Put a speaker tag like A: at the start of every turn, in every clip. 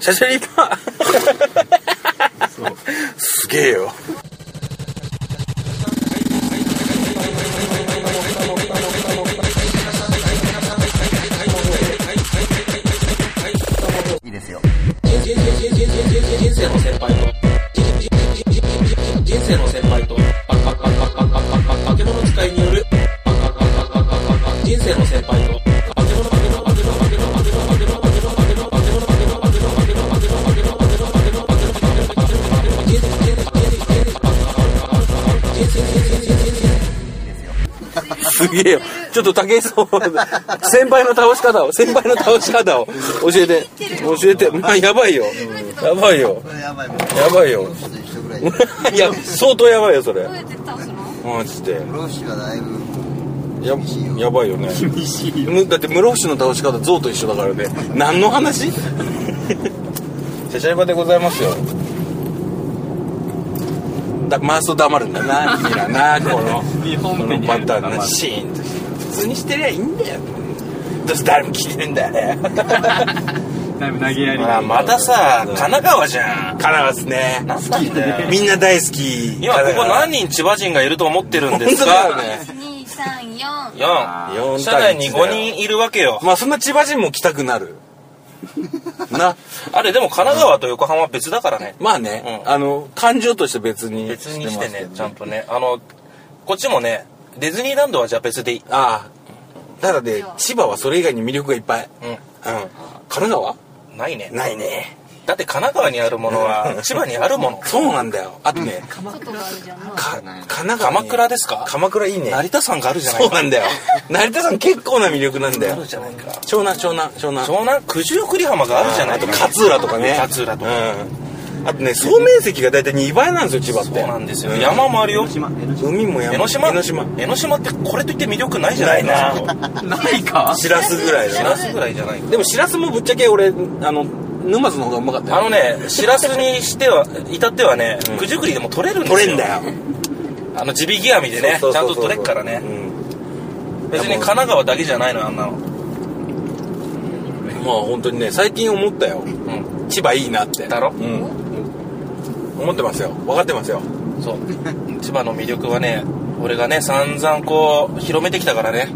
A: シャシャリパー
B: そう
A: すげえよ
B: いいですよ
C: 人生の先輩と人生の先輩とバカバカバカバカバカ化け物使いによるバカバカバカバカバカ人生の先輩と化け物化け物化け物化け物化け物化け物化け物化け物化け物化け物化け物化け物化け物化け物化け物化け物化け物人生
B: いいですよ
A: すげえよちょっと武井さん先輩の倒し方を先輩の倒し方を教えて教えてまあやばいよやばいよ
B: これやばいもう
A: やばいよ
B: ちょっと一緒ぐらい
A: いや相当やばいよそれ
D: どうやって倒すの
A: マジで
B: ロシはだいぶ
A: ややばいよね
B: 厳しい
A: むだって室伏の倒し方象と一緒だからね何の話シャシャリバでございますよだ回すと黙るんだな君らなこ の
C: 日本
A: こ
C: メ
A: の
C: ディア
A: パ
C: に
A: タ
C: 黙る
A: ーンなシーンとして普通にしてりゃいいんだよどうせ誰も聞いてねえんだよ
C: だいぶ投げやり
A: ほらまたさ神奈川じゃん神奈川っすね
C: 好きだよ
A: みんな大好き
E: 今ここ何
A: 人
E: 人千葉人がいると思ってるんです
A: 本当
E: か
A: だよね
D: 234
E: 4
A: 4
E: 社内
A: 対
E: に
A: 一だよ
E: 5人いるわけよ
A: まあそんな千葉人も来たくな るな
E: あれでも神奈川と横浜は別だからね
A: まあね、
E: うん
A: あの感情として別に
E: 別にしてねちゃん
A: と
E: とねあのこっちもねディズニーランドはじゃあ別でいい
A: ああただね千葉はそれ以外に魅力がいっぱい、うん、
E: うん
A: 神奈川
E: ないね
A: ないね
E: だって神奈川にあるもの は千葉にあるもの
A: そうなんだよあとね、
D: 外があるじゃんな
A: か神奈川ね、
E: 鎌倉ですか
A: 鎌倉いいね
E: 成田山があるじゃない
A: そう
E: か
A: なんだよ成田さん結構な魅力なんだ
E: あ
A: よ
E: るじゃないか
A: 湘南湘南湘南
E: 湘南九十九里浜があるじゃない
A: あと勝浦とかね
E: 勝浦とか
A: うんあとね総面積が大体2倍なんですよ千葉って
E: そうなんですよ
A: うん
E: 山もあるよ
C: 島
A: 海も山
E: 江ノ島
A: 江ノ島
E: 江ノ島ってこれといって魅力ないじゃないな
C: ないか
A: しらすぐらい
E: し
A: だ
E: ら
A: な
E: すぐらいじゃないか
A: でもしらすもぶっちゃけ俺あの沼津の方がうまかったよ
E: あのねしらすにしては至ってはね九十九里でも取れるんですよ
A: 取れんだよ
E: あの地引き網でねちゃ
A: そうそ
E: ん
A: うそう
E: と取れっからね
A: うん
E: 別に神奈川だけじゃないのあんなの
A: まあ本当にね最近思ったよ
E: うん
A: 千葉いいなって
E: だろ
A: うん思ってますよ分かってますよ
E: そう千葉の魅力はね俺がね散々こう広めてきたからね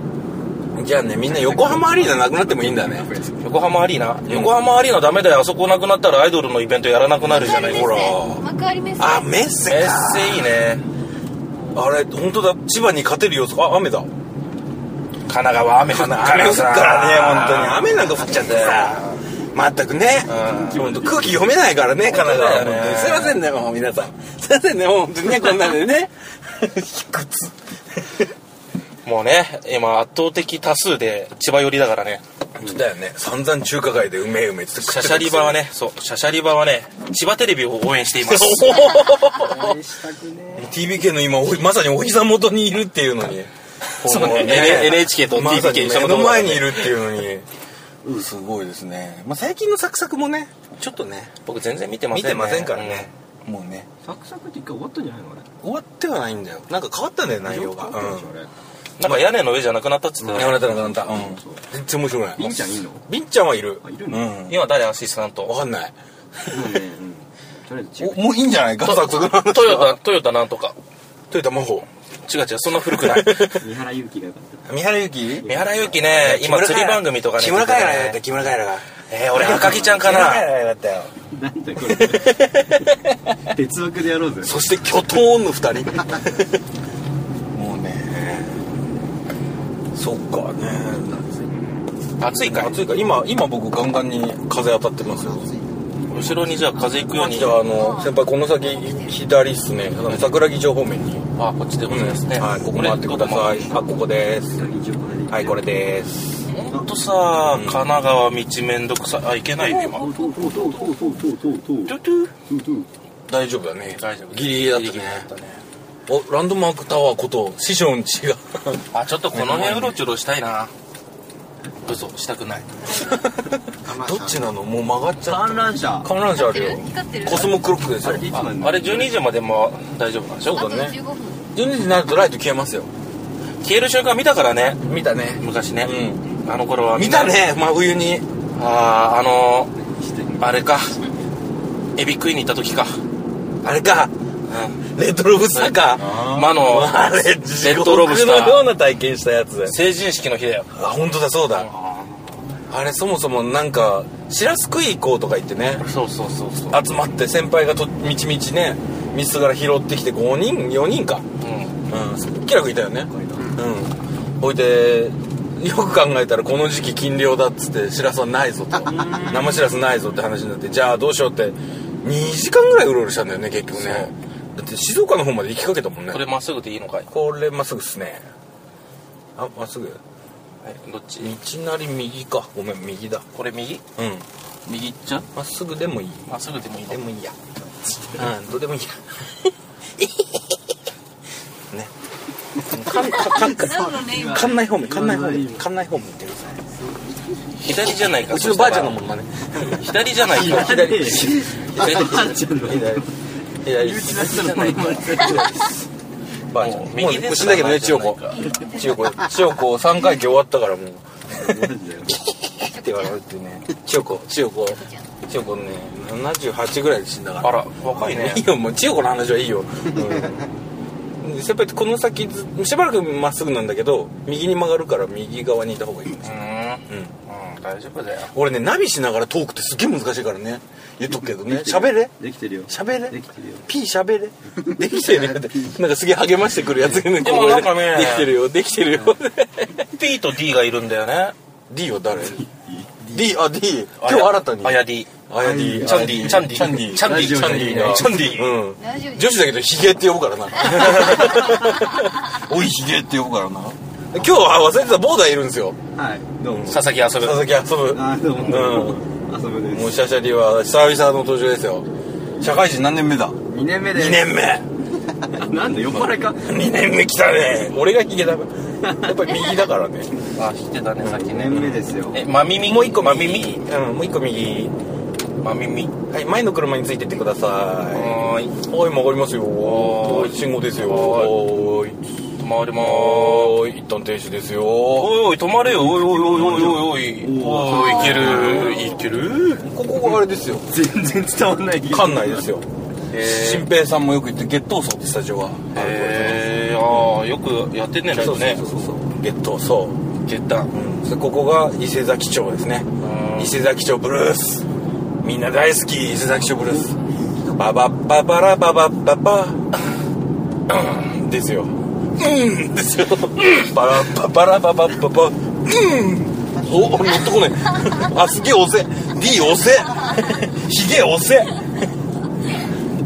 A: じゃあねみんな横浜アリーナなくなってもいいんだね
E: 横浜アリーナ、横浜アリーナダメだよあそこなくなったらアイドルのイベントやらなくなるじゃない
A: ほら
D: 幕張メッセ
A: あメッセ
E: メッ
A: か
E: セいいね
A: あれ本当だ千葉に勝てる要素あ雨だ
E: 神奈川雨降っ
A: 雨降っ
E: さ
A: からね本当に雨なんか降っちゃってさ全くね
E: うん
A: 本当空気読めないからね神奈川は
E: そうだよね
A: 本当にすいませんねもう皆さんすいませんねもう本当にねこんなんでね
E: もうね今圧倒的多数で千葉寄りだからね
A: 本当だよね散々中華街でうめえうめえって
E: シャシャリバはねそうシャシャリバはね千葉テレビを応援してい ます
A: TBK の今おまさにお膝元にいるっていうのに
E: そうね
A: こ
E: N- NHK と TBK
A: まさに
E: 一緒
A: 目の
E: のところ
A: 前
E: だね
A: にいるっていうのにすごいですね、まあ、最近のサクサクもねちょっとね
E: 僕全然見てま
A: 見
E: せんね
A: てませんからね、もうね
C: サクサクって一回終わったんじゃないの
A: 終わってはないんだよなんか変わったんだよ内容がうん
E: うんなんか屋根の上じゃなくなったっつってたね
A: やめたなくなったうん全然面白くない
C: ビンちゃんいいの
A: ビンちゃんはいる
C: あいる
A: う
C: の
A: ん
E: 今誰アシスタント
A: わかんない
C: とりあえずチェッ
A: おもういいんじゃないかサクサク
E: トヨタトヨタなんとか
A: トヨタ魔法
E: 違う違うそんな古くな い
C: ク三原勇気がよかった
A: 三原由紀
E: 三原由紀ね今釣り番組とかね
A: 木村カエラやった
E: ね
A: 木村カエラが
E: えー、俺赤木ちゃんか
A: 木村カエ
E: な
A: ラだったよ
C: なんだこれ 鉄枠でやろうぜ
A: そして巨頭の二人 もうねそっかね
E: 暑いかい
A: 暑いから今今僕ガンガンに風当たってますよ
E: 後ろにじゃあ風行くように
A: じゃああの先輩この先左っすねあの桜木町方面に、
E: あこっちでございますね、
A: はいここ回ってください
E: こ
A: あここです
C: 一応これで
A: はいこれです
E: れほんとさ、神奈川道めんどくさいあ行けないよ今
C: おとうとうとうとうとうとうとうとう
E: トゥトゥ
C: とうとう
A: 大丈夫だね
E: 大丈夫
A: ギリギリだったねおランドマークタワーこと師匠の血が
E: あちょっとこの辺うろちょろしたいな嘘したくない
A: どっちなのもう曲がっちゃっ
C: 観覧車
A: た観覧車あるよ
D: 光ってる
A: コスモクロックですよ
C: いつまで
E: あれ12時までも大丈夫なんでしょ
A: そ
D: あ
A: う
D: と
A: だね
D: 15分
A: 12時になるとライト消えますよ
E: 消える瞬間見たからね
A: 見たね
E: 昔ね、
A: う
E: あの頃はみ
A: 見
E: んな
A: たね真冬に
E: あああの
C: してる
E: あれかエビ食いに行った時か
A: あれか
E: うん
A: レトロブスターか
E: 魔の
A: あれ
E: レ
A: 地
E: ッ
A: 獄
E: ドロブスタ
A: のよう
E: ー
A: な体験したやつ
E: 成人式の日だよ
A: あ本当だそうだあれそもそもなんかシラス食い行こうとか言ってね
E: そうそうそうそう
A: 集まって先輩がとみちみちねミスから拾ってきて5人4人か
E: うん
A: うん気楽いたよねうんほいでよく考えたらこの時期禁漁だっつってしらすはないぞと生しらすないぞって話になってじゃあどうしようって2時間ぐらいうろうろしたんだよね結局ねだって静岡の方まで行きかけたもんね
E: これまっすぐでいいのかい
A: これまっすぐっすねあまっすぐ
E: はいどっち
A: 道なり右かごめん右だ
E: これ右
A: うん
E: 右行っちゃう
A: まっすぐでもいい
E: まっすぐでもいいの
A: でもいいやうんどうでもいいや ね かかか
D: 何のね今
A: 館内方面館内方面館内方面行ってください
E: 左じゃないか
A: うちのばあちゃんの
E: そ
A: もんまね
E: したら左じゃないか
A: 左左左
E: 左
A: 左
E: じゃないか
A: ばあちゃん
E: もう
A: もう
E: 右です
A: 死んだけどね千代子千代子千代子3回忌終わったからもうって言われてね千代子千代子千代子ね78ぐらいで死んだから
E: あら若いね
A: いいよもう千代子の話はいいよ、うん、で先輩ってこの先ずしばらくまっすぐなんだけど右に曲がるから右側にいた方がいいね
E: うーん
A: うん
E: うん大丈夫だよ
A: 俺ねナビしながらトークってすっげえ難しいからね言っとくけどね喋れ
F: できてるよ
A: 喋れ
F: できてるよ
A: ピー喋 れできてるよってなんかすげえ励ましてくるやつがね
E: で
A: こ
E: も
A: こで
E: なんかね
A: できてるよできて るよ
E: P と D がいるんだよね
A: D は誰 D あ D 今日新たに
E: あや D
A: あや D
E: チャンディチャンディ
A: チャンディ
E: チャンディチャンディねチャンディ
A: うん
D: 大丈夫
A: 女子だけどヒゲって呼ぶからな おいヒゲって呼ぶからな今日は忘れてたボーダーいるんですよ
F: はいどうも
E: 佐々木遊
A: 佐
E: ぶ
A: 々木遊ぶ
F: あどうも
A: う
F: 遊ぶで
A: もう
F: す
A: シャシャリは久々の登場ですよ社会人何年目だ2
F: 2年目です
A: 年目
F: 目なんで酔っ払いか
A: 2年目来たね俺がヒゲだ やっぱり右だからね
E: あ引いてたねさっ
F: 2
E: きね
F: 年目ですよ
E: えまみみ
A: もう一個
E: まみ
A: 右
E: み
A: うんもう一個右
E: まみみ
A: はい前の車についてってくださ
E: はーい
A: いはい曲がりますよ
E: はーい
A: 信号ですよ
E: は
A: はーい
E: 回りまーす
A: はーい一旦停止ですよ
E: おいおい止まれよおいおいおいおいおいおいいけるいける
A: ここがあれですよ
F: 全然伝わんないけど
A: 館内ですよ新平さんもよく言ってゲットーソーってスタジオは
E: えー、ああよくやってんねライ
A: そ
E: ブ
A: うそう
E: ね
A: そうそうゲットーソ
E: 絶対
A: ーそれここが伊勢崎町ですね伊勢崎町ブルースみんな大好き伊勢崎町ブルースババッババラババッババうんですようんですよバラババラババッババうんお俺乗ってこないあすげえ押せ D 押せひげ押せ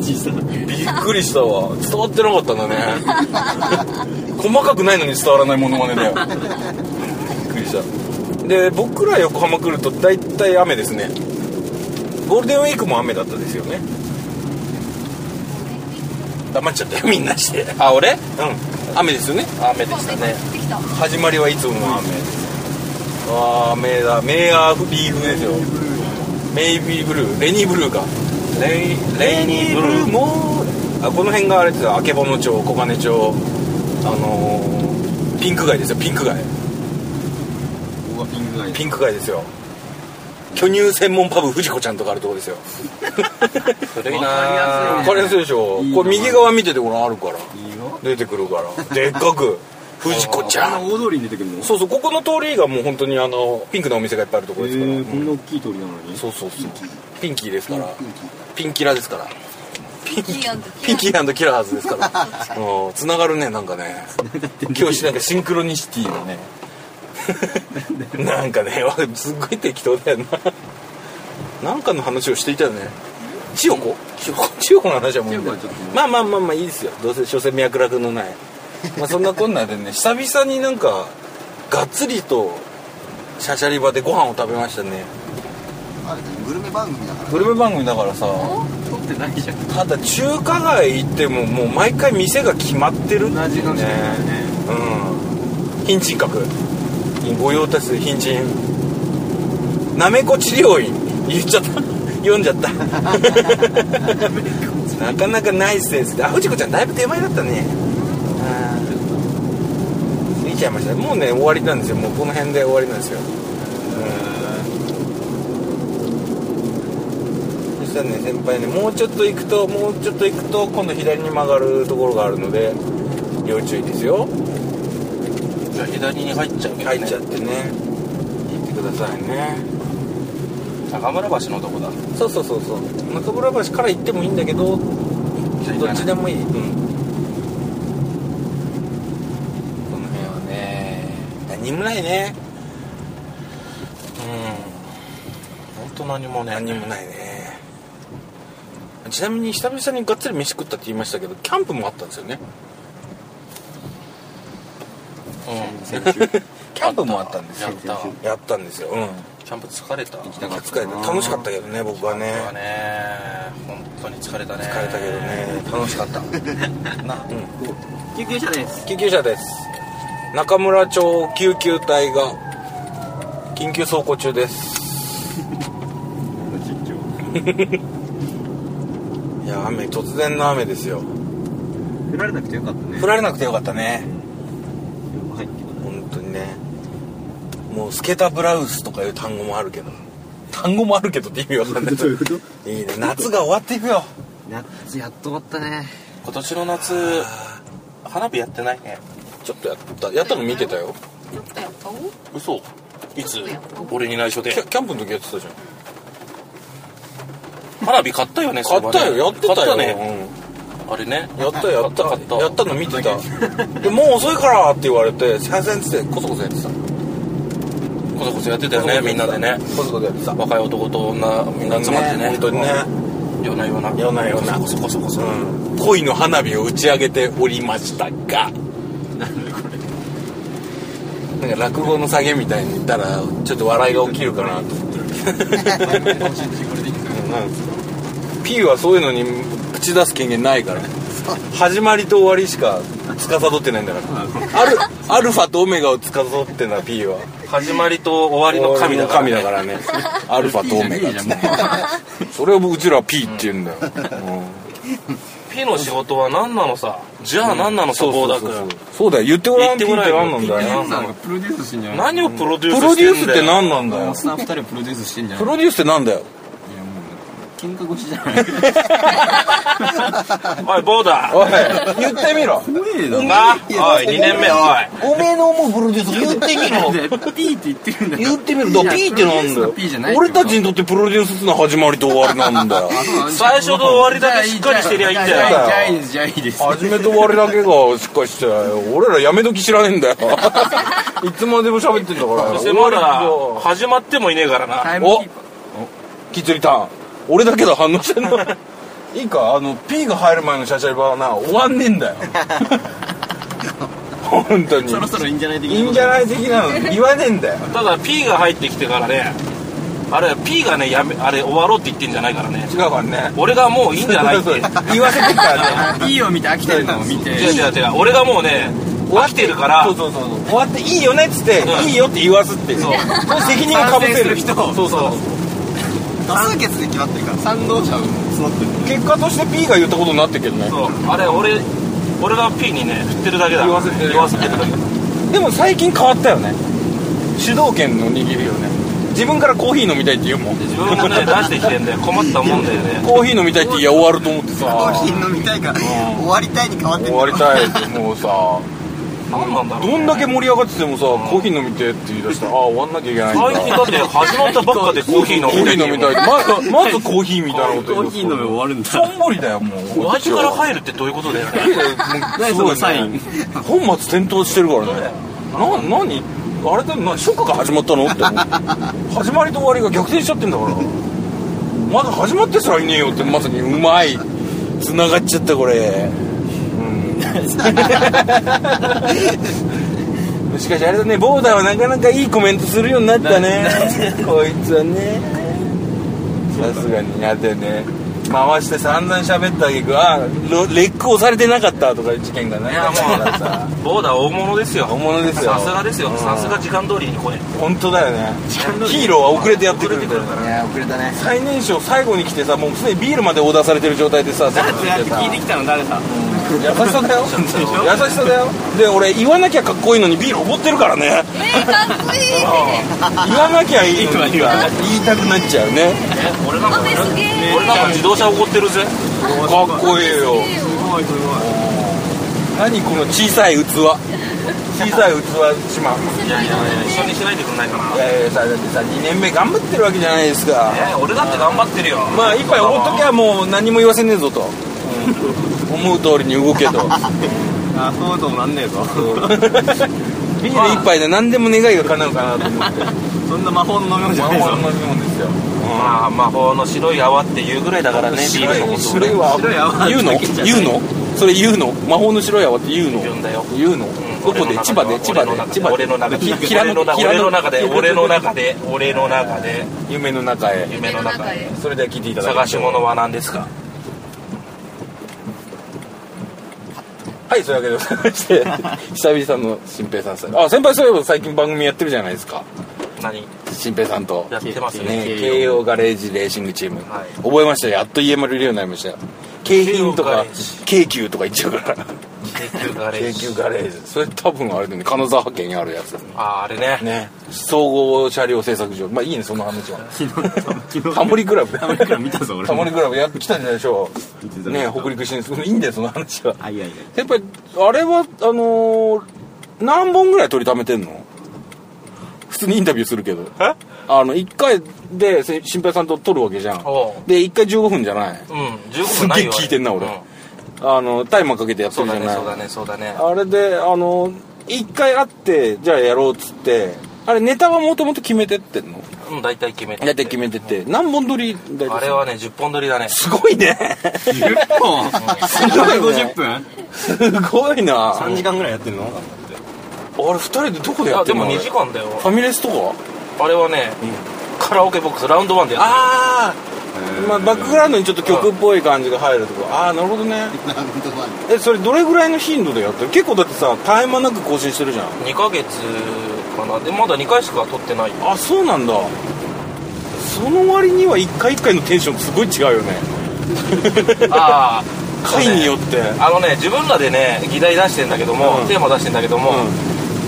F: 小さな
A: びっくりしたわ伝わってなかったんだね細かくないのに伝わらないモノマネだよびっくりしたで僕ら横浜来ると大体雨ですねゴールデンウィークも雨だったですよね黙っちゃったよみんなして
E: あ俺
A: うん雨ですよね
E: 雨でしたね
D: できた
A: 始まりはいつもの雨ですああ雨だメーアーリーフですよメイビーブルーレニーブルーか
E: レイレイニーブルー
A: もあこの辺があれですよ曙町小金町あのーピンク街ですよピンク街
F: ここがピンク街
A: ピンク街ですよ巨乳専門パブ藤子ちゃんとかあるとこですよ
E: 古い
F: わかり
E: な
F: や
A: 分かりやすいでしょ
F: いいな
A: これ右側見ててこれあるから
F: いいよ
A: 出てくるからでっかく藤子ち
F: あ
A: ゃん
F: の大通りに出てくるの
A: そうそうここの通りがもう本当にあのピンクのお店がいっぱいあるとこ
F: え
A: ろですから、
F: ー、こんな大きい通りなのに
A: そうそうそうピンキーですからピンキラですからピン
D: キー
A: ピンキーキラーズですからうんつながるねなんかね今日なんかシンクロニシティのねなんかね わすっごい適当だよななんかの話をしていたよね千代子千代子千代子の話はもういいんだよ
F: 千代子はちょっと
A: まあまあまあまあいいですよどうせ所詮脈絡のないまあそんなこんなでね 久々になんかがっつりとシャシャリ場でご飯を食べましたね
B: あれだねグルメ番組だから
A: グルメ番組だからさ
F: 撮ってないじゃん
A: ただ中華街行ってももう毎回店が決まってる
F: 同じの
A: ね
F: ね
A: うんヒンチン閣御用達でヒンチンなめこ治療院言っちゃった 読んじゃったなかなかナイスセンスであ藤子ちゃんだいぶ手前だったねうん見ちゃいましたもうね終わりなんですよもうこの辺で終わりなんですようんしたらね先輩ねもうちょっと行くともうちょっと行くと今度左に曲がるところがあるので要注意ですよ
E: いや左に入っちゃうけどね
A: 入っちゃってね行ってくださいね
E: 中村橋のとこだ
A: そうそうそうそう中村橋から行ってもいいんだけどどっちでもいい、うん、この辺はね何もないね
E: 本当何もね
A: 何もないねちなみに久々にがっつり飯食ったって言いましたけどキャンプもあったんですよね
E: うん
F: 先週
A: キャンプもあったんですよ
E: やったキ
A: やったんですようん
E: ャンプ疲れた
F: 行きたかった
A: 疲れた楽しかったけどね僕はね
E: 僕はね本当に疲れたね
A: 疲れたけどね楽しか った
E: な
F: 救急車です
A: 救急車です中村町救急隊が緊急走行中です
F: 実況
A: いや雨突然の雨ですよ
F: 振られなくてよかったね
A: 降られなくてよかったね
F: 入ってこない
A: 本当にねもうスケタブラウスとかいう単語もあるけど単語もあるけどって意味わか んない
F: どういうこと
A: いいね夏が終わっていくよ
F: 夏やっと終わったね
E: 今年の夏花火やってないね
A: ちょっとやったやったの見てたよ
D: ちょっとやったお
E: 嘘いつ俺に内緒
A: キ
E: で
A: ャキャンプの時やってたじゃん
E: 花火買ったよ ね
A: 買ったよやってた
E: 買
A: よ
E: ったねあれね
A: やったやった
E: 買った買った
A: やったの見て たでもう遅いからって言われてすいませんっつってコソコソやってた
E: こそこそやってたよねみんなでね
A: コソコソやってた
E: 若い男と女みんな集まってね
A: 本当にね
E: 夜な夜な
A: 夜な夜な
E: こそこそこそこ
A: うん恋の花火を打ち上げておりましたがなんか落語の下げみたいに言ったらちょっと笑いが起きるかなと思ってるなんですか P はそういうのに口出す権限ないから始まりと終わりしか司ってないんだからアルアルファとオメガを司ってんだ P は
E: そ始まりと終わりの神だから
A: 神だからねアルファとオメガっつってそれをうちらは P って言うんだよ、 うん
E: P の仕事は何なのさじゃあ何なのさ
A: そ
E: 郷
A: う
E: 田
A: そうそう
E: 君
A: そうだよ言ってごらん
E: 言ってごらん
A: P って
E: よ
A: 何なんだよ
F: なんかプロデュースしてんじゃない
E: 何をプロデ
A: プ
E: ュース
A: ロデュー
E: し
A: ス
E: て
A: っ
E: んだよ
A: て何なんだ
F: モ
A: よ
F: ンスター二人プロデュースしてんじゃない
A: プロデュースってなんだよ
F: いやもう喧嘩腰じゃない
E: おい坊だ
A: おい言ってみろ
F: 怖えだ
E: なおい2年目おい
A: おめえの思うプロデュース言ってみろ
F: ピーって言ってるんだ
A: 言ってみろだから P ってなんだよ
F: P じゃない
A: 俺たちにとってプロデュースってのは始まりと終わりなんだよ
E: 最初と終わりだけしっかりしてりゃいいんだよ
F: じゃあいいですじゃあいいです
A: 始めと終わりだけがしっかりして俺らやめ時知らねえんだよ いつまでも喋ってんだから
E: そしてま
A: 終わ
E: だ
A: りと
E: 始まってもいねえからな
F: タイムキーパ
A: キッズリターン俺だけだ反応してんの いいかあの P が入る前のシャシャリバはな終わんねえんだ よ本当
F: ー
A: に
F: そろそろいいんじゃない的
A: いいんじゃない的なの言わねえんだよ
E: ただ P が入ってきてからねあれ P がねやめあれ終わろうって言ってんじゃないからね
A: 違うからね
E: 俺がもういいんじゃな いって違う違
A: 言わせてっからね
F: いいよ見て飽きてるのを見て
E: う違う俺がもうね飽きてるから
A: そうそうそうそう終わっていいよねっつって、
E: うん
A: いいよって言わすって
E: そう
A: これ責任をかぶせる人そうそう
B: 多数決で決まってるから賛同者を募ってる
A: 結果として P が言ったことになってるけどね
E: そうあれ俺俺が P にね振ってるだけだ
A: 言わせてる
E: 言わせてるだけ
A: でも最近変わったよね主導権の握るよね自分からコーヒー飲みたいって言うもん
E: 自分も ね出してきてんだよ困ったもんだよね
A: コーヒー飲みたいっていや終わると思って
B: コ
A: さ
B: ーヒー飲みたいから終わりたいに変わって
A: 終
B: る
A: わりたいってもうさ
E: 何なんだろう
A: どんだけ盛り上がっててもさ、コーヒー飲みてえって言い出したらああ終わんなきゃいけないんだ
E: 最近だって始まったばっかでコーヒー飲
A: コーヒー飲みたいまずまずコーヒーみたいなこと
F: コーヒー飲め終わるん
A: しょ
F: だ
A: んぼりだよもう
E: お味から入るってどういうことだよね
A: 何
F: 何そのサイン
A: 本末転倒してるからねな何あれでもショックが始まったのって思う始まりと終わりが逆転しちゃってんだからまだ始まってすらいねえよってまさにうまい繋がっちゃったこれうんしかしあれだねボーダーはなかなかいいコメントするようになったねこいつはねさすがにやってね回して散々喋ったあげくあロレック押されてなかったとかいう事件がね
E: いやもう
A: ださ
E: ボーダー大物ですよ
A: 大物ですよ
E: さすがです
A: う
E: よ
A: ん
E: さすが時間通りに来れ
A: 本当だよねヒーローは遅れてやってくるんだよね
B: いや遅れたね
A: 最年少最後に来てさもうすでにビールまでオーダーされてる状態でさ
F: だって聞いてきたの誰さ
A: 優しさだよ優しさだよで俺言わなきゃかっこいいのにビールおごってるからね
D: えー、かっこいい
A: 言わなきゃいいのに言いたくなっちゃうね
E: 俺なんか
D: 豆すげえ
E: 俺なんか自動車怒ってるぜ
A: かっこいいよ
D: いいよ
B: ごいすご
A: 何この小さい器小さい器しまう
E: いやいやいや一緒にしないでくんないか
A: い
E: な
A: やいやさだってさ2年目頑張ってるわけじゃないですか
E: え俺だって頑張ってるよ
A: まあ一杯おごっときゃもう何も言わせねえぞと、思う通りに動けと
B: いあそうともなんねえぞ
A: ビール一杯で何でも願いが叶うかなと思って
B: そんな魔法の飲み物じゃないぞ
A: そんなもんですよ
E: まあ魔法の白い泡っていうぐらいだからねビールのことを
A: 白い
E: ね
A: 泡
B: 白い泡
A: 言うの言うのそれ言うの魔法の白い泡って言うの
E: 言うんだよ
A: 言うの
E: うん
A: どこで
E: 俺の中
A: 千葉で千葉で千葉で
E: 俺の中で
A: き平野
E: 俺の中で
A: 平
E: 俺
A: 野
E: の中で俺の中で俺の中で
A: 夢の中へ
E: 夢の中で
A: それでは聞いていただきま
E: 探
A: し
E: し
A: ょう
E: 物は何ですか
A: はいそういうわけでございまして 久々の新平さんですあ先輩そういえば最近番組やってるじゃないですか
E: 何
A: 新平さんと
E: やってますね
A: ね慶応ガレージレーシングチーム、
E: はい
A: 覚えましたよやっと言えるようになりましたよ京浜と
E: 慶応ガ
A: か
E: レージ
A: 京急とか言っちゃうから
E: 京急ガレー
A: 京
E: ジ
A: 急ガレージそれ多分あれだね金沢県にあるやつ
E: あああれね
A: ね総合車両製作所まあいいねその話 はハモリクラブ
F: ハモリクラブ見たぞ俺
A: ハモリクラブやってきたんじゃないでしょ
F: 見てた
A: う
F: 見
A: ね
F: てた
A: 北陸新いいんだよその話は
F: あいやいや
A: 先輩あれはあのー何本ぐらい取りためてんの普通にインタビューするけど
E: え
A: あの1回でせ新平さんと撮るわけじゃん
E: おう
A: で1回15分じゃない
E: うん15
A: すっげ
E: 分ない
A: え
E: よ
A: 聞いてんな俺
E: う
A: あのタイマーかけてやって
E: そ
A: る
E: う
A: じゃ
E: だ
A: ない
E: ねそうだねそうだね
A: あれであの1回会ってじゃあやろうっつってあれネタはもともと決めてってんの
E: うん大体決めて
A: 大体決めてって何本撮り大体
E: あれはね10本撮りだね
A: すごい ね
F: 10本
A: すごいね
F: 150分
A: すごいなあ
B: 3時間ぐらいやってんの
A: れ2人でどこでや
E: あ
A: ってん
E: で
A: の
E: も
A: あれ
E: 2時間だよ
A: ファミレスとか
E: あれはねカラオケボックスラウンドワンでやってる
A: ああまあバックグラウンドにちょっと曲っぽい感じが入るとこああなるほどね
B: なんとか
A: えそれどれぐらいの頻度でやってる結構だってさ絶え間なく更新してるじゃん
E: 2ヶ月かなでまだ2回しか撮ってないよ
A: あそうなんだその割には一回一回のテンションすごい違うよね
E: ああ
A: 回によって
E: あのね自分らでね議題出してんだけども、
A: うん
E: テーマ出してんだけども、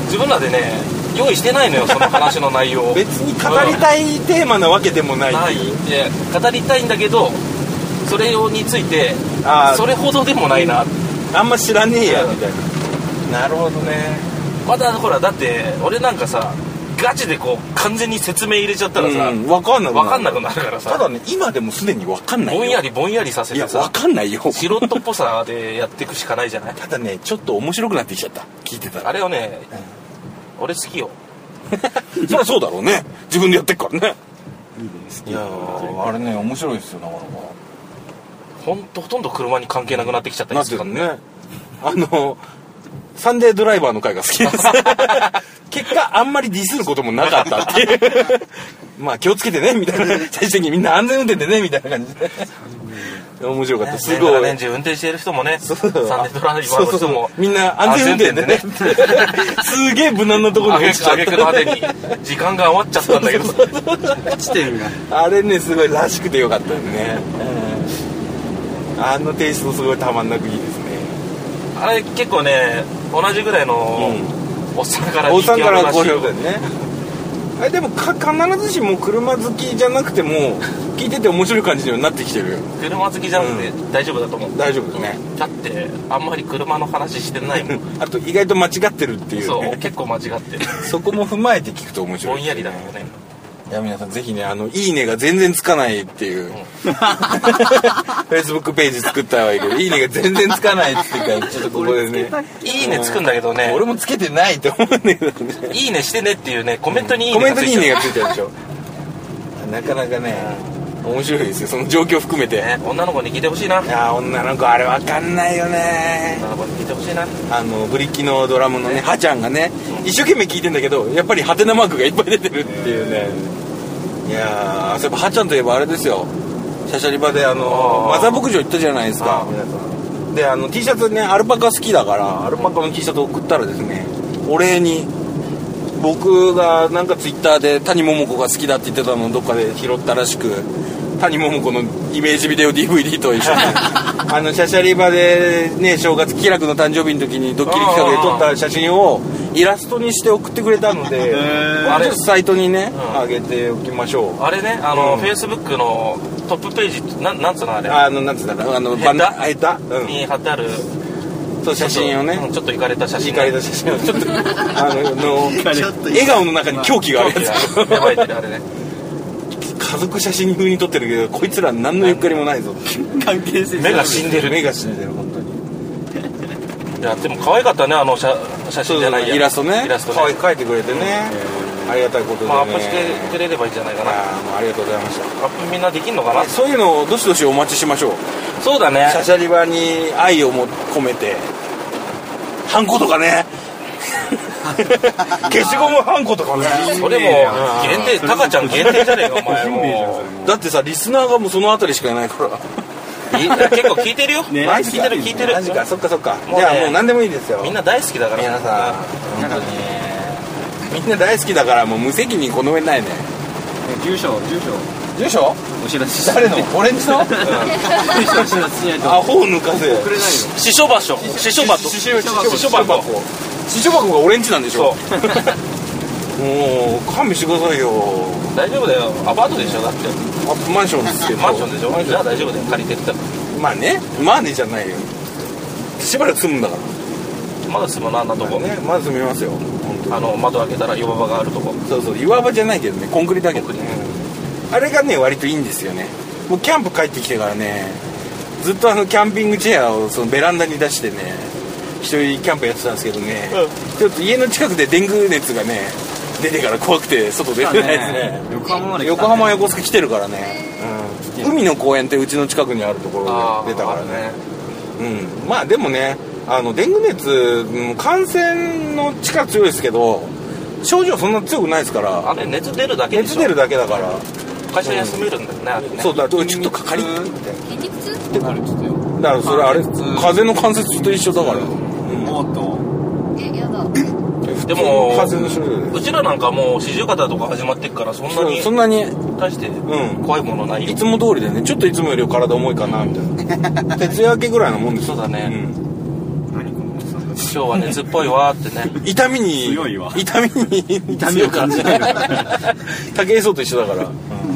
E: 自分らでね用意してないのよその話の内容を
A: 別に語りたいテーマなわけでもない
E: ないで語りたいんだけどそれについて
A: あー
E: それほどでもないな
A: あんま知らねえやみたいななるほどね
E: またほらだって俺なんかさガチでこう完全に説明入れちゃったらさ、
A: うん分かんなくなる
E: 分かんなくなるからさ
A: ただね今でもすでに分かんないよ
E: ぼんやりぼんやりさせ
A: いや
E: てさ
A: 分かんないよ
E: 素人っぽさでやっていくしかないじゃない
A: ただねちょっと面白くなってきちゃった聞いてたら
E: あれをね、俺好きよ
A: そりゃそうだろうね自分でやってっからねいやーあれね面白いですよなかなか
E: ほんとほとんど車に関係なくなってきちゃった
A: な
E: り
A: って
E: す
A: る
E: る
A: ねあのサンデードライバーの回が好きです 結果あんまりディスることもなかったっていう まあ気をつけてねみたいな最終的にみんな安全運転でねみたいな感じで面白かったす
E: す
A: ご
E: ごい
A: い
E: レンジ運転してる人もねサン
A: そう
E: デードライバーの人
A: そ
E: も
A: うそうそうみんな安全運転でね すげえ無難なところ
E: あ
A: に
E: げ
A: 落ちちゃっ
E: くの果てに
A: た
E: 時間が余っちゃったんだけど
F: 地点が
A: あれねすごいらしくてよかったよねうんあのテイストすごいたまんなくいいですね
E: あれ結構ね同じぐらいのおっさんから
A: おっさんから
E: 人気あ
A: 好
E: る
A: 評だ
E: ら
A: よ
E: しいよ
A: ねあれでもか必ずしも車好きじゃなくても聞いてて面白い感じにはなってきてるよ
E: 車好きじゃなくて大丈夫だと思う
A: 大丈夫だね
E: だってあんまり車の話してないもん
A: あと意外と間違ってるっていう,、ね、
E: そう結構間違っ てる
A: そこも踏まえて聞くと面白
E: ぼ
A: い
E: んやりだよね
A: いや皆さんぜひねあの「いいね」が全然つかないっていう、Facebook ページ作ったはいいけど「いいね」が全然つかないっていうからちょっとここでね
E: いいねつくんだけどね
A: 俺もつけてないと思うんだけどね
E: いいねしてねっていうねコメントにいい
A: コ
E: ね
A: メン
E: が
A: ト
E: つい
A: にい
E: ち
A: い
E: ゃう
A: ねがついてるでしょなかなかね面白いですよその状況含めて
E: ね女の子に聞いてほしいな
A: あや女の子あれわかんないよね
E: 女の子に聞いてほしいな
A: あのブリキのドラムのねハちゃんがね一生懸命聞いてんだけどやっぱりハテナマークがいっぱい出てるっていうねいやーそういえばハちゃんといえばあれですよシャシャリ場であの
E: あー
A: マザー牧場行ったじゃないですか皆さんであの T シャツねアルパカ好きだからアルパカの T シャツ送ったらですねお礼に僕がなんかツイッターで谷桃子が好きだって言ってたのをどっかで拾ったらしく谷桃子のイメージビデオ DVD と一 緒にあのシャシャリ場でね正月喜楽の誕生日の時にドッキリ企画で撮った写真をイラストにして送ってくれたので
F: ー
A: あれサイトにね
E: うん
A: 上げておきましょう
E: あれねあの、
A: うん
E: フェイスブックのトップページなんなんつうのあれ
A: あのなんつうんだろうあの
E: ヘッダー
A: ヘッダーうん
E: に貼ってある
A: そう写真をね
E: ちょっとうんちょっといかれた写
A: い
E: 真
A: かれた写真をちょっと あのの
B: ちょっと
A: 笑顔の中に狂気があるやつ
E: やばいってねあれね
A: 家族写真風に撮ってるけどこいつら何のゆっくりもないぞ
F: 関係性
E: 目が死んでる
A: 目が死んでる本当に
E: いやでも可愛かったねあの写写真じゃないや
A: イラストね
E: イラストね
A: 可愛く描いてくれてねありがたいことでね
E: まあアップしてくれればいいんじゃないかな
A: あーもうありがとうございました
E: アップみんなできんのかな
A: そういうのをどしどしお待ちしましょう
E: そうだね
A: シャシャリ場に愛をも込めてハンコとかね 消しゴムハンコとかね
E: それも限定タカちゃん限定じゃねえかお前も
A: だってさリスナーがもうそのあたりしかいないから
E: ういい結構聞いてるよ
F: ね
E: 聞いてる聞いてる
A: マジかそっかそっか
E: うね
A: じゃあもう何でもいいですよ
E: みんな大好きだから
A: 皆さん
F: なんか
A: みんな大好きだからもう無責任この上ないね
F: 住所住所
A: 住所
F: お知らせ
A: 誰 のオレンジの
F: 住所お知らせしないと
A: アホを抜かせ
F: くれないよ
E: 師匠場所師匠場と
A: シショ
F: 箱
A: シショ箱シショ箱がオレンジなんでしょ
E: そ
A: もう勘弁してくださいよ
E: 大丈夫だよアパートでしょだって
A: アップマンションですけど
E: マンションでしょじゃあ大丈夫だよ借りてったら
A: まあねまあねじゃないよしばらく住むんだから
E: まだ住むなあんなとこ
A: ねまず住みますよ本当に
E: あの窓開けたら岩場があるとこ
A: そうそう岩場じゃないけどねコンクリートだけどねあれがね割といいんですよねもうキャンプ帰ってきてからねずっとあのキャンピングチェアをそのベランダに出してね一人キャンプやってたんですけどね、ちょっと家の近くでデング熱がね出てから怖くて外出てないですね
F: 横浜まで来た
A: 横浜横須賀来てるからね、うん海の公園ってうちの近くにあるところで出たからねうん、まあでもねあのデング熱うん感染の力強いですけど症状そんな強くないですか
E: あ
A: ら
E: れ熱出るだけでし
A: 熱
E: ょ
A: 出るだけだから、
E: 会社休めるんだよねあれね
A: そうだちょっとかかりみたい
D: 現実
F: あれちょっとよ
A: なだからそれあれ
F: 関
A: 風
F: 節
A: 邪の関節と一緒だから、
F: もっと
D: え、やだ。
E: でも
A: 風邪の種類
E: うちらなんかもう四十肩とか始まってっからそんな
A: そ
E: に
A: うそんなに
E: 大して
A: ん
E: 怖いものないよ
A: いつも通りでねちょっといつもより体重いかなみたいな徹夜明けぐらいのもんですよ
E: そうだね
A: ん
F: 何このおっさんたち
E: 今日は熱っぽいわーってね
A: 痛みに
F: 強いわ
A: 痛みに
F: 痛みを感じない
A: 竹磯と一緒だから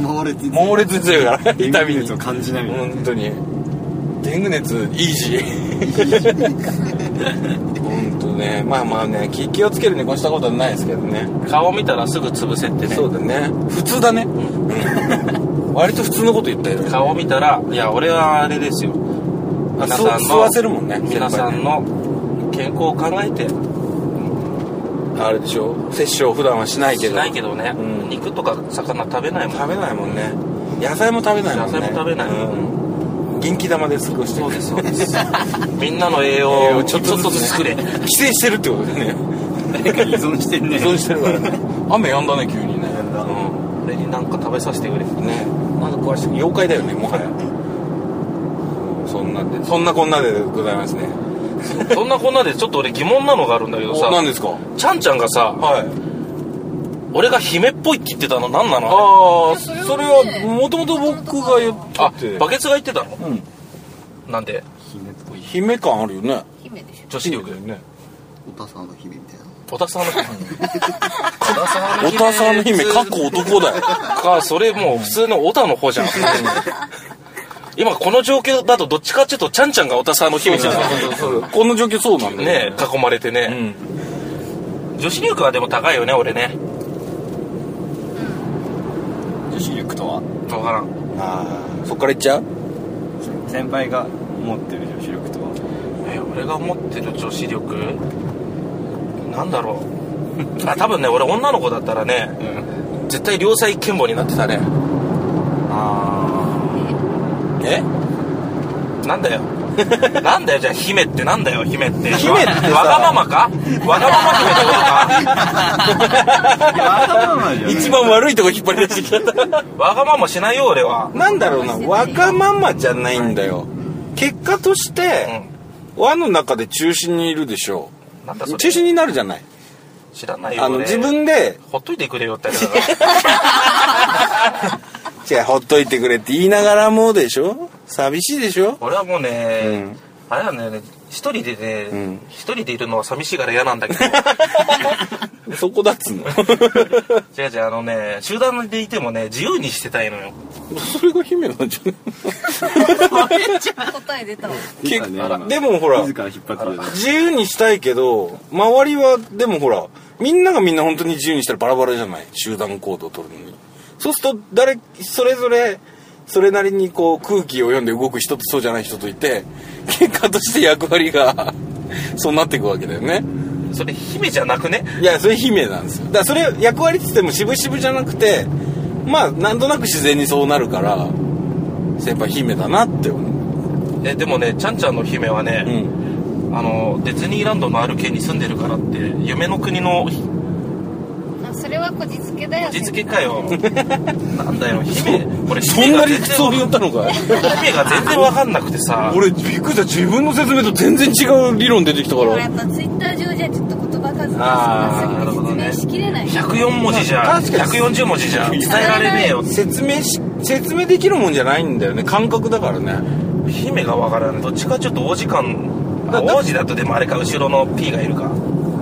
B: 猛烈に
A: 猛烈に強いから痛み
F: 痛
A: に
F: みを感じないみたいな
A: 本当にデング熱イージー本当ねまあまあね気気をつけるに越したことはないですけどね
E: 顔見たらすぐ潰せってね
A: そうだね普通だね、割と普通のこと言ったよ
E: 顔見たらいや俺はあれですよ
A: あ
E: 皆
A: そ
E: さ
A: うん吸
E: の
A: わせるもんね
E: 皆さんの健康を考えて
A: あれでしょ摂取を普段はしないけ
E: し
A: ど
E: ないけどね、
A: うん
E: 肉とか魚食べないもん
A: 食べないもんね野菜も食べないもんね
E: 野菜も食べない
A: うん元気玉で過ごして
E: そう
A: る
E: ですそうです みんなの栄養
A: 栄養
E: を
A: を
E: ち
A: ち
E: ょ
A: ょ
E: っ
A: っ
E: と
A: と
E: ず
A: ずつね
E: つ作れ
A: 規制してるってことだよね
F: 誰かに依存してんね
A: 依存してるからね 雨やんだね急にね
E: うん俺になんか食べさせてくれ
A: うんねなんか壊して妖怪だよねもはやそんなでそんなこんなでございますね
E: そんなこんなでちょっと俺疑問なのがあるんだけどさ
A: お何ですかは
E: ちゃんちゃんがさ
A: い
E: 俺が姫っぽいって言ってたの何なの
A: ああ
D: そ
A: そ
D: れはね
A: れはもともと僕が言
E: あ
A: ってて
E: バケツが言ってたの
A: うん
E: なんで
A: 姫感あるよね
D: 姫でしょ。
E: 女子力
A: ね
B: おたさんの姫みたいな
E: 小田さんの 姫小田さん
A: おたさんの姫かっこ男だよ
E: かそれもう普通の小田の方じゃん今この状況だとどっちかっていうとちゃんちゃんが小田さんの姫じゃん
A: この状況そうなんだよ
E: ねえ囲まれて
A: う
E: ね、
A: ん
E: 女子力はでも高いよね俺ね
F: 女子力とは
E: 分からん
A: ああそっからいっちゃう
F: 先輩が持ってる女子力とは
E: え俺が持ってる女子力なんだろうあ多分ね俺女の子だったらね、絶対両妻剣母になってたね
F: あ
A: え
E: なんだよ なんだよじゃあ姫ってなんだよ姫って
A: 姫ってさ
E: わがままかわがまま姫ってことか
F: あ頭なんじゃない
A: 一番悪いとこ引っ張り出してきちゃった
E: わがまましないよ俺は
A: なんだろうなわがままじゃないんだよ結果として輪の中で中心にいるでしょ
E: うんなんだそうれ
A: 中心になるじゃない
E: 知らないよ
A: あの
E: 俺
A: 自分で
E: ほっといてくれよって
A: 違違うほっといてくれって言いながらもでしょ寂しいでしょ
E: 俺はもうね、
A: うん
E: あれなんだよね一人でね、
A: うん
E: 一人でいるのは寂しいから嫌なん だけど
A: そこだっつう の
E: 違う違うあのね集団でいてもね自由にしてたいのよ
A: それが姫なんじゃない
D: 答え出たわ
A: 結
F: 出たね今
A: でもほら
F: 自ら引っ張ってくれた
A: 自由にしたいけど周りはでもほらみんながみんな本当に自由にしたらバラバラじゃない集団行動を取るのにそうすると誰それぞれそれなりにこう空気を読んで動く人とそうじゃない人といて結果として役割が そうなっていくわけだよね
E: それ姫じゃなくね
A: いやそれ姫なんですよだからそれ役割っつっても渋々じゃなくてまあなんとなく自然にそうなるから先輩姫だなって思う
E: えでもねちゃんちゃんの姫は
A: う
E: ね、
A: ん
E: あのディズニーランドのある県に住んでるからって夢の国の
D: あそれはこじつけだよ
E: 地付けか よなんだよ姫俺
A: そん
E: 姫
A: な
E: が
A: 理
E: 全
A: 屈を
E: 然
A: 言ったのかい
E: 姫が全然わかんなくて さ
A: 俺びっくりした自分の説明と全然違う理論出てきたか
D: でもや
A: ら
D: っぱツイッター上じゃちょっと言葉数
E: あー
D: が少なすぎて説明しきれない
E: 104文字じゃ
A: 確かに
E: 140文字 じゃ伝えられねえよ
A: 説明し説明できるもんじゃないんだよね感覚だからね
E: 姫がわからないどっちかちょっと王子 感あ
A: だだ
E: 王子だとでもあれか後ろの P がいるか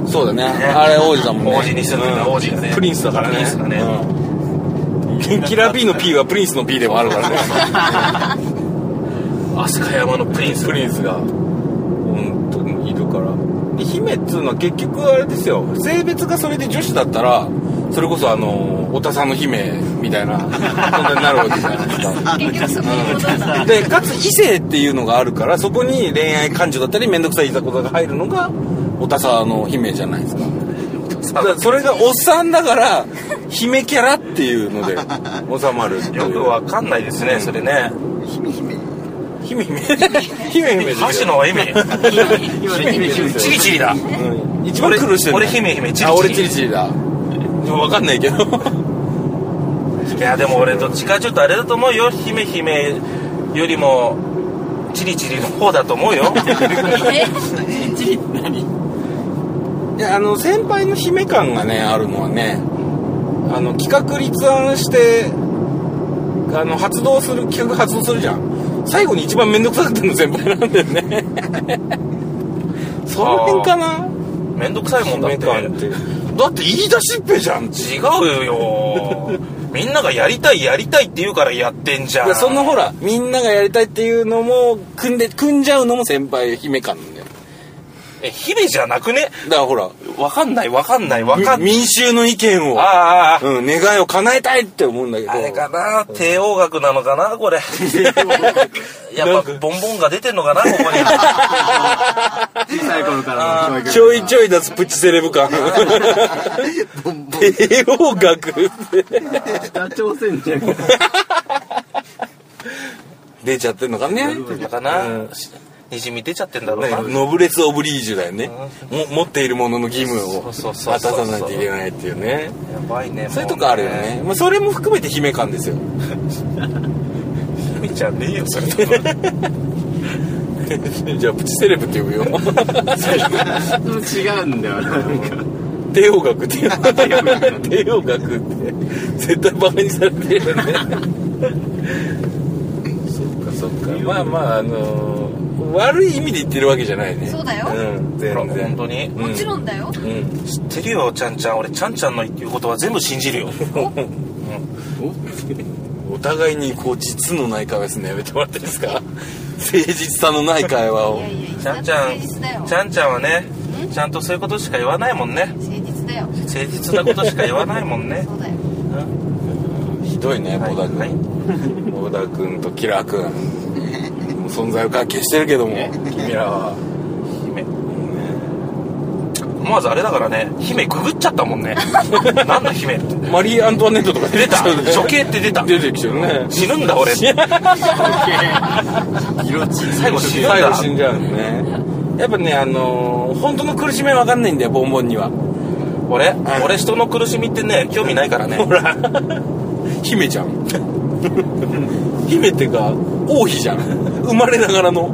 A: そうだねあれ王子だもんね
E: 王子にするんだ
A: うん
E: 王子がね
A: プリンスだからね
E: プリンスだね
A: うんキラー P の P はプリンスの P でもある からね
E: 飛鳥山のプリンス
A: プリンスが本当にいるからで姫っつうのは結局あれですよ性別がそれで女子だったらそれこそあの太田さんの姫みたいなそんなになるわけじゃないですか
D: 結局そこに戻った
A: でかつ異性っていうのがあるからそこに恋愛感情だったり面倒くさいいざこざが入るのがおたさの姫じゃないですかだからそれがおっさんだから姫キャラっていうので収まるっていう
E: よくわかんないですね、それね
B: 姫姫
A: 姫姫姫姫
E: 箸の 意味
A: 姫姫姫
E: チリチリだ
A: うん一番苦労してる
E: 俺俺姫姫チリチリ
A: あ俺チリチリだわかんないけど
E: いやでも俺どっちかちょっとあれだと思うよ姫姫よりもチリチリの方だと思 うよ
A: いやあの先輩の姫感がねあるのはねあの企画立案してあの発動する企画発動するじゃん最後に一番面倒くさかったの先輩なんだよ ねその辺かな
E: めんどくさいもんだって
A: 感ってだって言い出しっぺじゃんい
E: 違うよみんながやりたいやりたいって言うからやってんじゃん
A: やそのほらみんながやりたいっていうのも組んで組んじゃうのも先輩姫感なんだよ
E: え姫じゃなくね
A: だからほら
E: わかんないわかんないわかん
A: み民衆の意見を
E: ああああ
A: うん、願いを叶えたいって思うんだけど
E: あれかな帝王学なのかなこれやっぱボンボンが出てんのかなここに
F: 小さい頃からの教育
A: ちょいちょい出すプチセレブ 感。帝王学って
F: 北朝鮮じゃん
A: 出ちゃってんのかね。
E: だかなにじみ出ちゃってんだろうな
A: ノブレス・オブリージュだよね。も持っているものの義務を果
E: そう
A: た
E: そうそうそう
A: さないといけないっていうね。
E: やばいね
A: そういうとこあるよね。まあ、それも含めて姫感ですよ。
E: 姫じゃねえよそれ
A: じゃあ、プチセレブって呼 ぶよ。
F: 違うんだよなんか
A: 帝王学っていう。帝王学って、絶対バカにされてるよね。そっかそっか。 まあまあ、あのー悪い意味で言ってるわけじゃないね。
D: そうだ
A: う
D: よ
A: ん、
E: ほら
A: 全
E: 本
A: 然。
E: 当に
A: うん
D: もちろんだよ
A: うん、
E: 知ってるよちゃんちゃん俺ちゃんちゃんの言うことは全部信 じるよ
A: お互いにこう実のない会話するのやめてもらっていいですか 誠実さのない会話
D: い
A: を
D: やいやいや
E: ちゃんちゃ
D: 誠
E: ん
D: 実だよ
E: ちゃんちゃんはね
D: ん
E: ちゃんとそういうことしか言わないもんね
D: 誠実だよ
E: 誠実なことしか言わないも んね
D: そうだよ
A: ひどいね
E: はい
A: 小田
E: はい
A: 君小田君とキラー君もう存在を関係してるけども君らは
E: 姫思わずあれだからね姫ググっちゃったも んねなんだ姫って
A: マリー・アントワネットとか
E: 出た
A: てきちゃう
E: 処刑って出た
A: 出てきちゃうね
E: 死ぬんだ 俺最後死ぬん
A: 最後
E: だ
A: 死んじゃうねやっぱねあのー本当の苦しみは分かんないんだよボンボンには
E: 俺俺人の苦しみってね興味ないからね
A: ほら姫ちゃん姫ってか王妃じゃん生まれながらの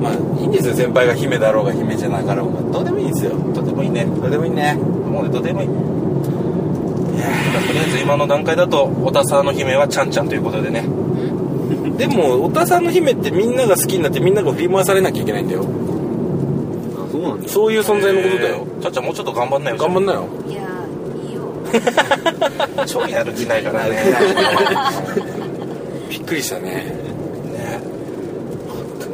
A: まあいいんですよ先輩が姫だろうが姫じゃなかろうがどうでもいいんですよ
E: とてもいいね
A: どうでもいいね
E: もうねとてもいいまあとりあえず今の段階だとおたさの姫はちゃんちゃんということでね
A: でもおたさんの姫ってみんなが好きになってみんなが振り回されなきゃいけないんだよ
F: あそうなんだ
A: そういう存在のことだよ
E: えーちゃんちゃんもうちょっと頑張んないよ
A: 頑張んなよ
D: いやーいいよ
E: ちょいやる気ないからね
A: びっくりしたね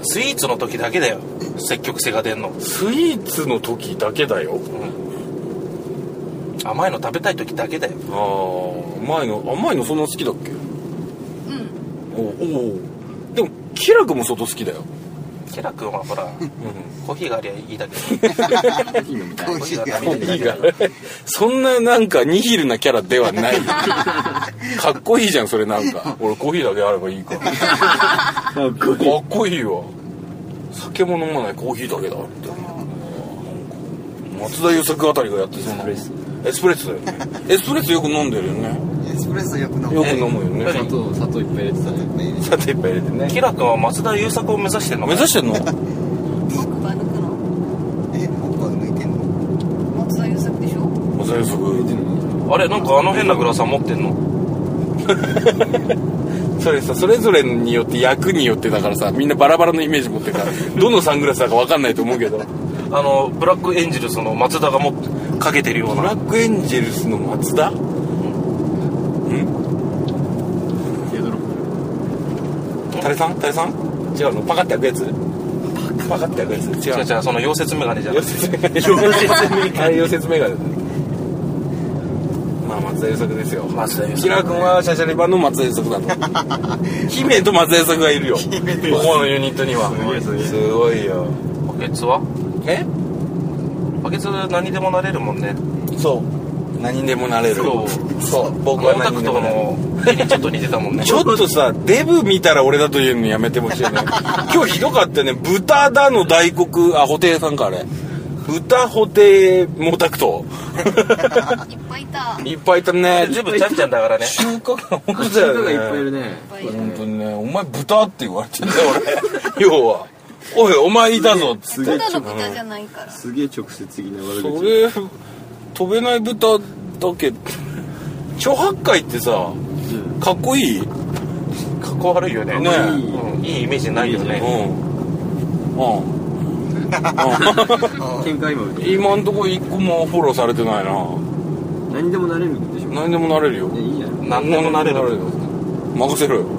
E: スイーツの時だけだよ積極性が出んの
A: スイーツの時だけだよ
E: 甘いの食べたい時だけだよ
A: ああ甘いの甘いのそんな好きだっけ
D: うん
A: おおうでもキラ君も相当好きだよ、
E: ケラ君はほらコーヒーがありゃいいだけ
F: いいのみたい
B: 美味しいや
E: コ
A: コーヒーが そんななんかニヒルなキャラでは ないかっこいいじゃんそれなんか俺コーヒーだけあればいいからか
F: かっこいい
A: っこいいわ酒も飲まないコーヒーだけだって松田優作あたりがやってそうなエスプレッソだよねエスプレッソよく飲んでるよね
B: エスプレッソよく飲む
A: よく飲むよね
F: 砂糖砂糖いっぱい入れてたね
A: さていっぱい入れてね
E: ケラ君は松田優作を目指してんの
A: 目指してんの
D: 奥歯抜くの
B: え僕は抜いてんの
D: 松田優作でしょ
A: 松田優作
E: あれなんかあの変なグラサン持ってんの
A: それさそれぞれによって役によってだからさみんなバラバラのイメージ持ってるからどのサングラスだか分かんないと思うけどブ
E: あのブラックエンジェルスの松田がもかけてるような
A: ラックエンジェルスの松田
F: ティアドロップ
A: タレさんタレさん違うのパカって開くやつパカって開くやつ違う
E: 違う違うその溶接メガネじゃな
A: 溶
E: くて
A: 接メガネ あれ溶接メガネだねまあ松田優作ですよ
E: 松田優作
A: キラー君はシャシャリ版の松田優作だ と姫と松田優作がいるよここのユニットには
F: すごい
A: すごいよ
E: バケツは
A: え
E: バケツ何でもなれるもんね
A: そう何にでもなれる
E: そう
A: そう僕
E: コ
A: は
E: ンタ
A: 何に
E: ク
A: で
E: ト
A: もなれる
E: の絵にちょっと似てたもんね
A: ちょっとさデブ見たら俺だと言うのやめてほしい ね今日ひどかったね豚だの大黒あ布袋さんかあれ豚布袋毛沢東
D: いっぱいい た
A: いっぱいいた ね
E: 全部ちゃんちゃんだからね
A: 中華が本当だ
F: 砂糖がいっぱいい
A: よ
F: る
A: ね
F: ね
D: ぱいいる
A: 本当にねお前豚って言われてんだよ俺要はおいお前いたぞっつ
F: す
A: って
F: げえ
D: ただの豚じゃないから
F: すげえ直接的な悪
A: そ
F: 口
A: れ飛べない豚だけ超八戒ってさかっこいい
E: かっこ悪いよね
A: ねえ
E: うんいいイメージないよ
A: う
E: ね
A: んうん
F: 喧嘩今売って
A: 今んとこ一個もフォローされてないな
F: 何でもなれるんでしょ
A: 何でもなれるよ
F: ねいいじゃん
E: 何でもなれる
A: 任せろよ
F: も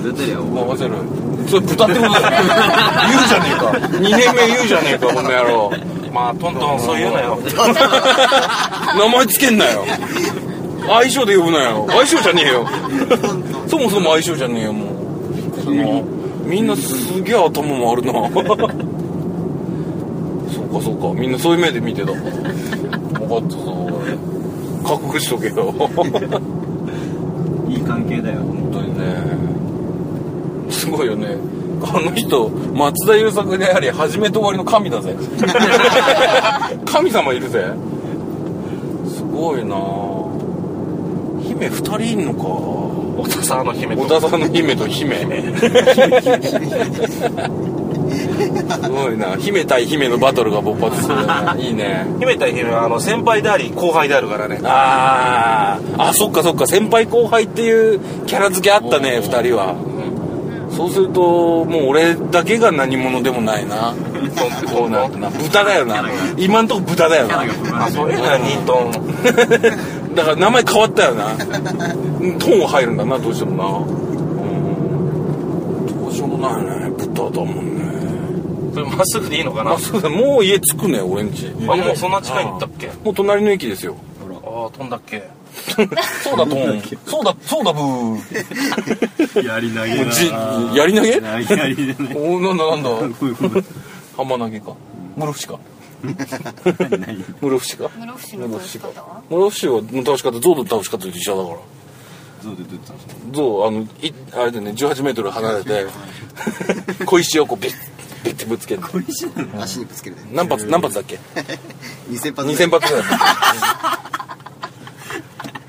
F: う出てりゃお前
A: 任せろよそれ豚ってことだ よ言うじゃねえか2年目言うじゃねえかこの野郎
E: まあトントンそういうのよ
A: 名前つけんなよ相性で呼ぶなよ相性じゃねえよそもそも相性じゃねえよもうそのみんなすげえ頭もあるなそうかそうかみんなそういう目で見てた分かったぞ覚悟しとけよ
F: いい関係だよ
A: 本当にねすごいよねあの人松田優作であり始めと終わりの神だぜ神様いるぜすごいなあ姫2人いんのか
E: おたさの姫と
A: 小田さんの姫と姫すごいな姫対姫のバトルが勃発するねいいね
E: 姫対姫はあの先輩であり後輩であるからね
A: あーあそっかそっか先輩後輩っていうキャラ付けあったね2人は、そうするともう俺だけが何者でもないなこうなるとな豚だよな今んとこ豚だよな
E: あそういうのはニートン
A: だから名前変わったよなうんトーン入るんだなどうしてもなうんどうしようもないね豚だもんね
E: それまっすぐでいいのかな
A: あそうだもう家着くね俺んち
E: あもうそんな近いんだっけあ
A: もう隣の駅ですよ
E: あ飛んだっけ
A: そうだトーンそうだそうだブー
F: やり投げ
A: もうじ
F: な
A: やり投げ
F: 投げやりでね
A: おーなんだなんだ
F: こういうこと
A: 浜投げか室伏か室伏か
F: 何
D: 室伏の倒し方は
A: 室伏の倒し方象の倒し方と一緒だから
F: どうでどうやってたんですか
A: 象あのいあれでね1 8ル離れて小石をこうビッビッてぶつける
B: 足にぶつけるで
A: 何発何発だっけ
B: 2000発
A: 2000発ぐ ら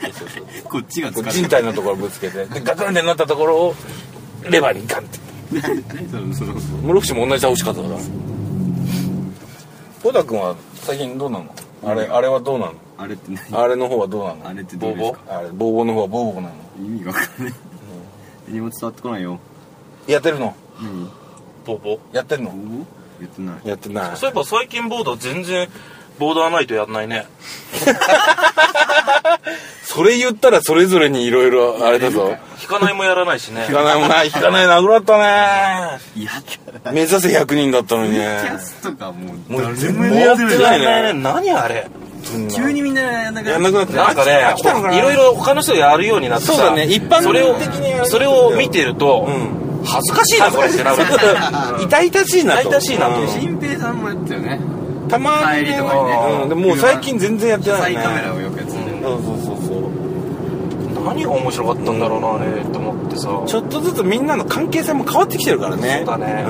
A: い
F: こっちが
A: こ
F: 疲
A: う
F: れ
A: 人体のところぶつけてでガクンってなったところをレバーにガンって
F: 何そのその
A: 室伏も同じ倒し方だから小田君は最近どうなのあれあれはどうなの
F: あれって何
A: あれの方はどうなの
F: あれってどうですか
A: あれボーボーの方はボーボーなの
F: 意味わかんない何も伝わってこないよ
A: やってるの
F: 何
E: ボボ
A: やってる
F: ボ
A: の
F: ーボー言ってない
A: やってない
E: そういえば最近ボーダー全然ボーダーないとやんないね
A: それ言ったらそれぞれにいろいろあれだぞ
E: 引かないもやらないしね
A: 引かないもない引かないなくなったね
F: いや
A: 目指せ100人だったのにね
F: キャスとかもう
A: もう
F: 誰も
A: 全然
F: やって
A: やっ
F: な
A: て
F: い
A: ない
E: ね何あれ
F: 急にみんなやんなく
A: やんなくなった
E: なんかね
A: 飽きたのかない
E: ろいろ他の人がやるようになってさ
A: そうだね一般的
E: それを
A: にやる
E: それを見てると、
A: うん
E: 恥ずかしいなこれってなる
A: 痛々しいなと
E: 痛々しいなと
A: うん
F: 新平さんもやってたよね
A: たまに
F: 帰りとかにね
A: うんでももう最近全然やって
F: 車
A: ない
F: 載
A: ね
F: カメラをよくやってたよね
A: そうそうそうそう
E: 何が面白かったんだろうなあれって思ってさ
A: ちょっとずつみんなの関係性も変わってきてるからね
E: そうだね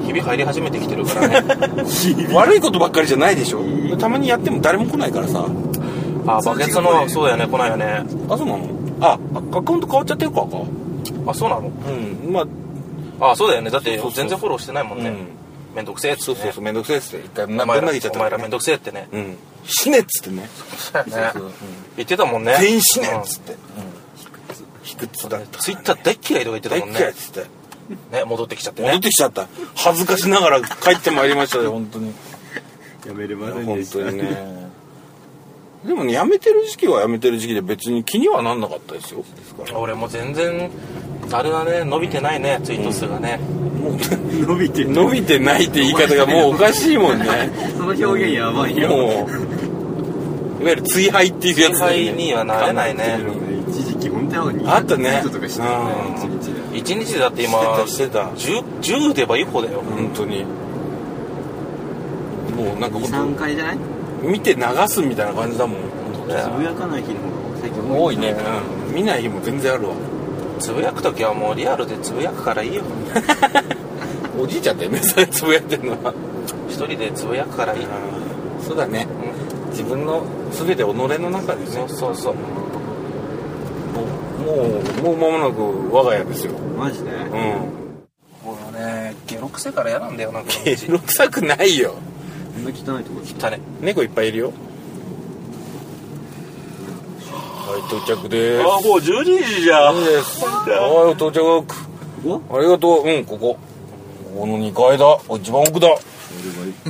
A: ん
E: 日々入り始めてきてるか らね
A: 悪いことばっかりじゃないでしょたまにやっても誰も来ないからさ
E: あバケツのそうだよね来ないよね
A: あそうなのあアカウント変わっちゃってるかか
E: あそうなの
A: うんまあ
E: あそうだよねだって
A: そうそう
E: 全然フォローしてないもんね
A: うん
E: めんどくせえっつ
A: そ
E: っ
A: う
E: て
A: そう
E: ね
A: そうめんどくせえっつって一回ぶん
E: お前ら
A: 投げちゃった
E: お前らめんど
A: く
E: くせえってね
A: うん死ねっつってね
E: ね
A: そうそう
E: 言ってたもんね
A: 全員死ねっつ
E: う
A: って卑屈だった
E: んツイッター大っ嫌いとか言ってた
A: 大っ
E: もん
A: 嫌い
E: ね
A: っつって
E: ね戻ってきちゃって
A: 戻っ
E: ね
A: てきちゃった恥ずかしながら帰ってまいりま したよ本当に
F: やめるまで
A: 本
F: でした
A: 当にねでもねやめてる時期はやめてる時期で別に気にはなんなかったですよですから
E: 俺も全然あれだね伸びてないねツイート数がね
A: もう
F: 伸びてる
A: 伸びてないって言い方がもうおかしいもんね
F: その表現やばいよ
A: もういわゆる追廃っていうやつだよ
E: 追廃にはなれないね
F: 一時期本当は
A: あったね
F: とかしてたよね一日で
E: 一日でだって今
A: してたして
E: 10, 10出ば一歩だよ
A: 本当にもうなんか
F: 23回じゃない
A: 見て流すみたいな感じだもん
F: つぶやかない日の方が最近
A: 多いね、うん、見ない日も全然あるわ
E: つぶやく時はもうリアルでつぶやくからいいよ
A: おじいちゃんだよね それつぶやいてるのは
E: 一人でつぶやくからいい、
A: そうだね
E: う
A: 自分の全て己の中で
E: ん、
A: ね
E: そうそうそう
A: もうもう間もなく我が家ですよ
F: マジで
A: うん
E: このねゲロくせから嫌なんだよなこ の
A: ゲロ臭くないよ
F: こんな汚いとこ
E: たね
A: 猫いっぱいいるよはい到着です
E: もう12時じゃ
A: いいですはい到着
F: こ
A: ありがとううんここここの2階だあ一番奥だ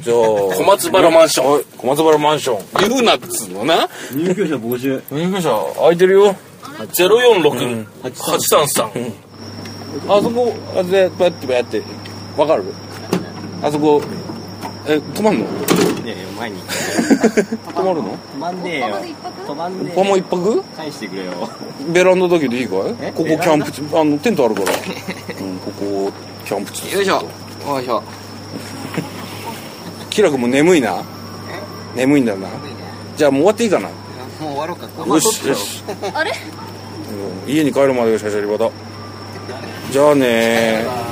A: じゃあ小
E: 松原マ
A: ンション、はい小松原マンション言うなっつうのな
F: 入居者募集
A: 入居者空いてるよ
E: 046833、833
A: あそこあでこうやってこうやってわかるあそこえ止まんの
F: ねえよ前に
A: 止まるの
F: 止まんねえよ
D: ここで一泊
F: 止まんね
A: ここ
F: え
A: も
F: よ
A: 一泊
F: 返してくれよ
A: ベランダだけでいいかい
F: え
A: ここキ
F: ベラ
A: ャ
F: ン
A: ン
F: ダ
A: プ地あのテントあるから、うん、ここキャンプ地
B: よいしょよいしょ
A: キラ君も眠いな眠いんだよなじゃあもう終わっていいかな
B: もう終わろうか
A: よしよし、
D: あれ
A: うん家に帰るまでがシャシャリバだじゃあねー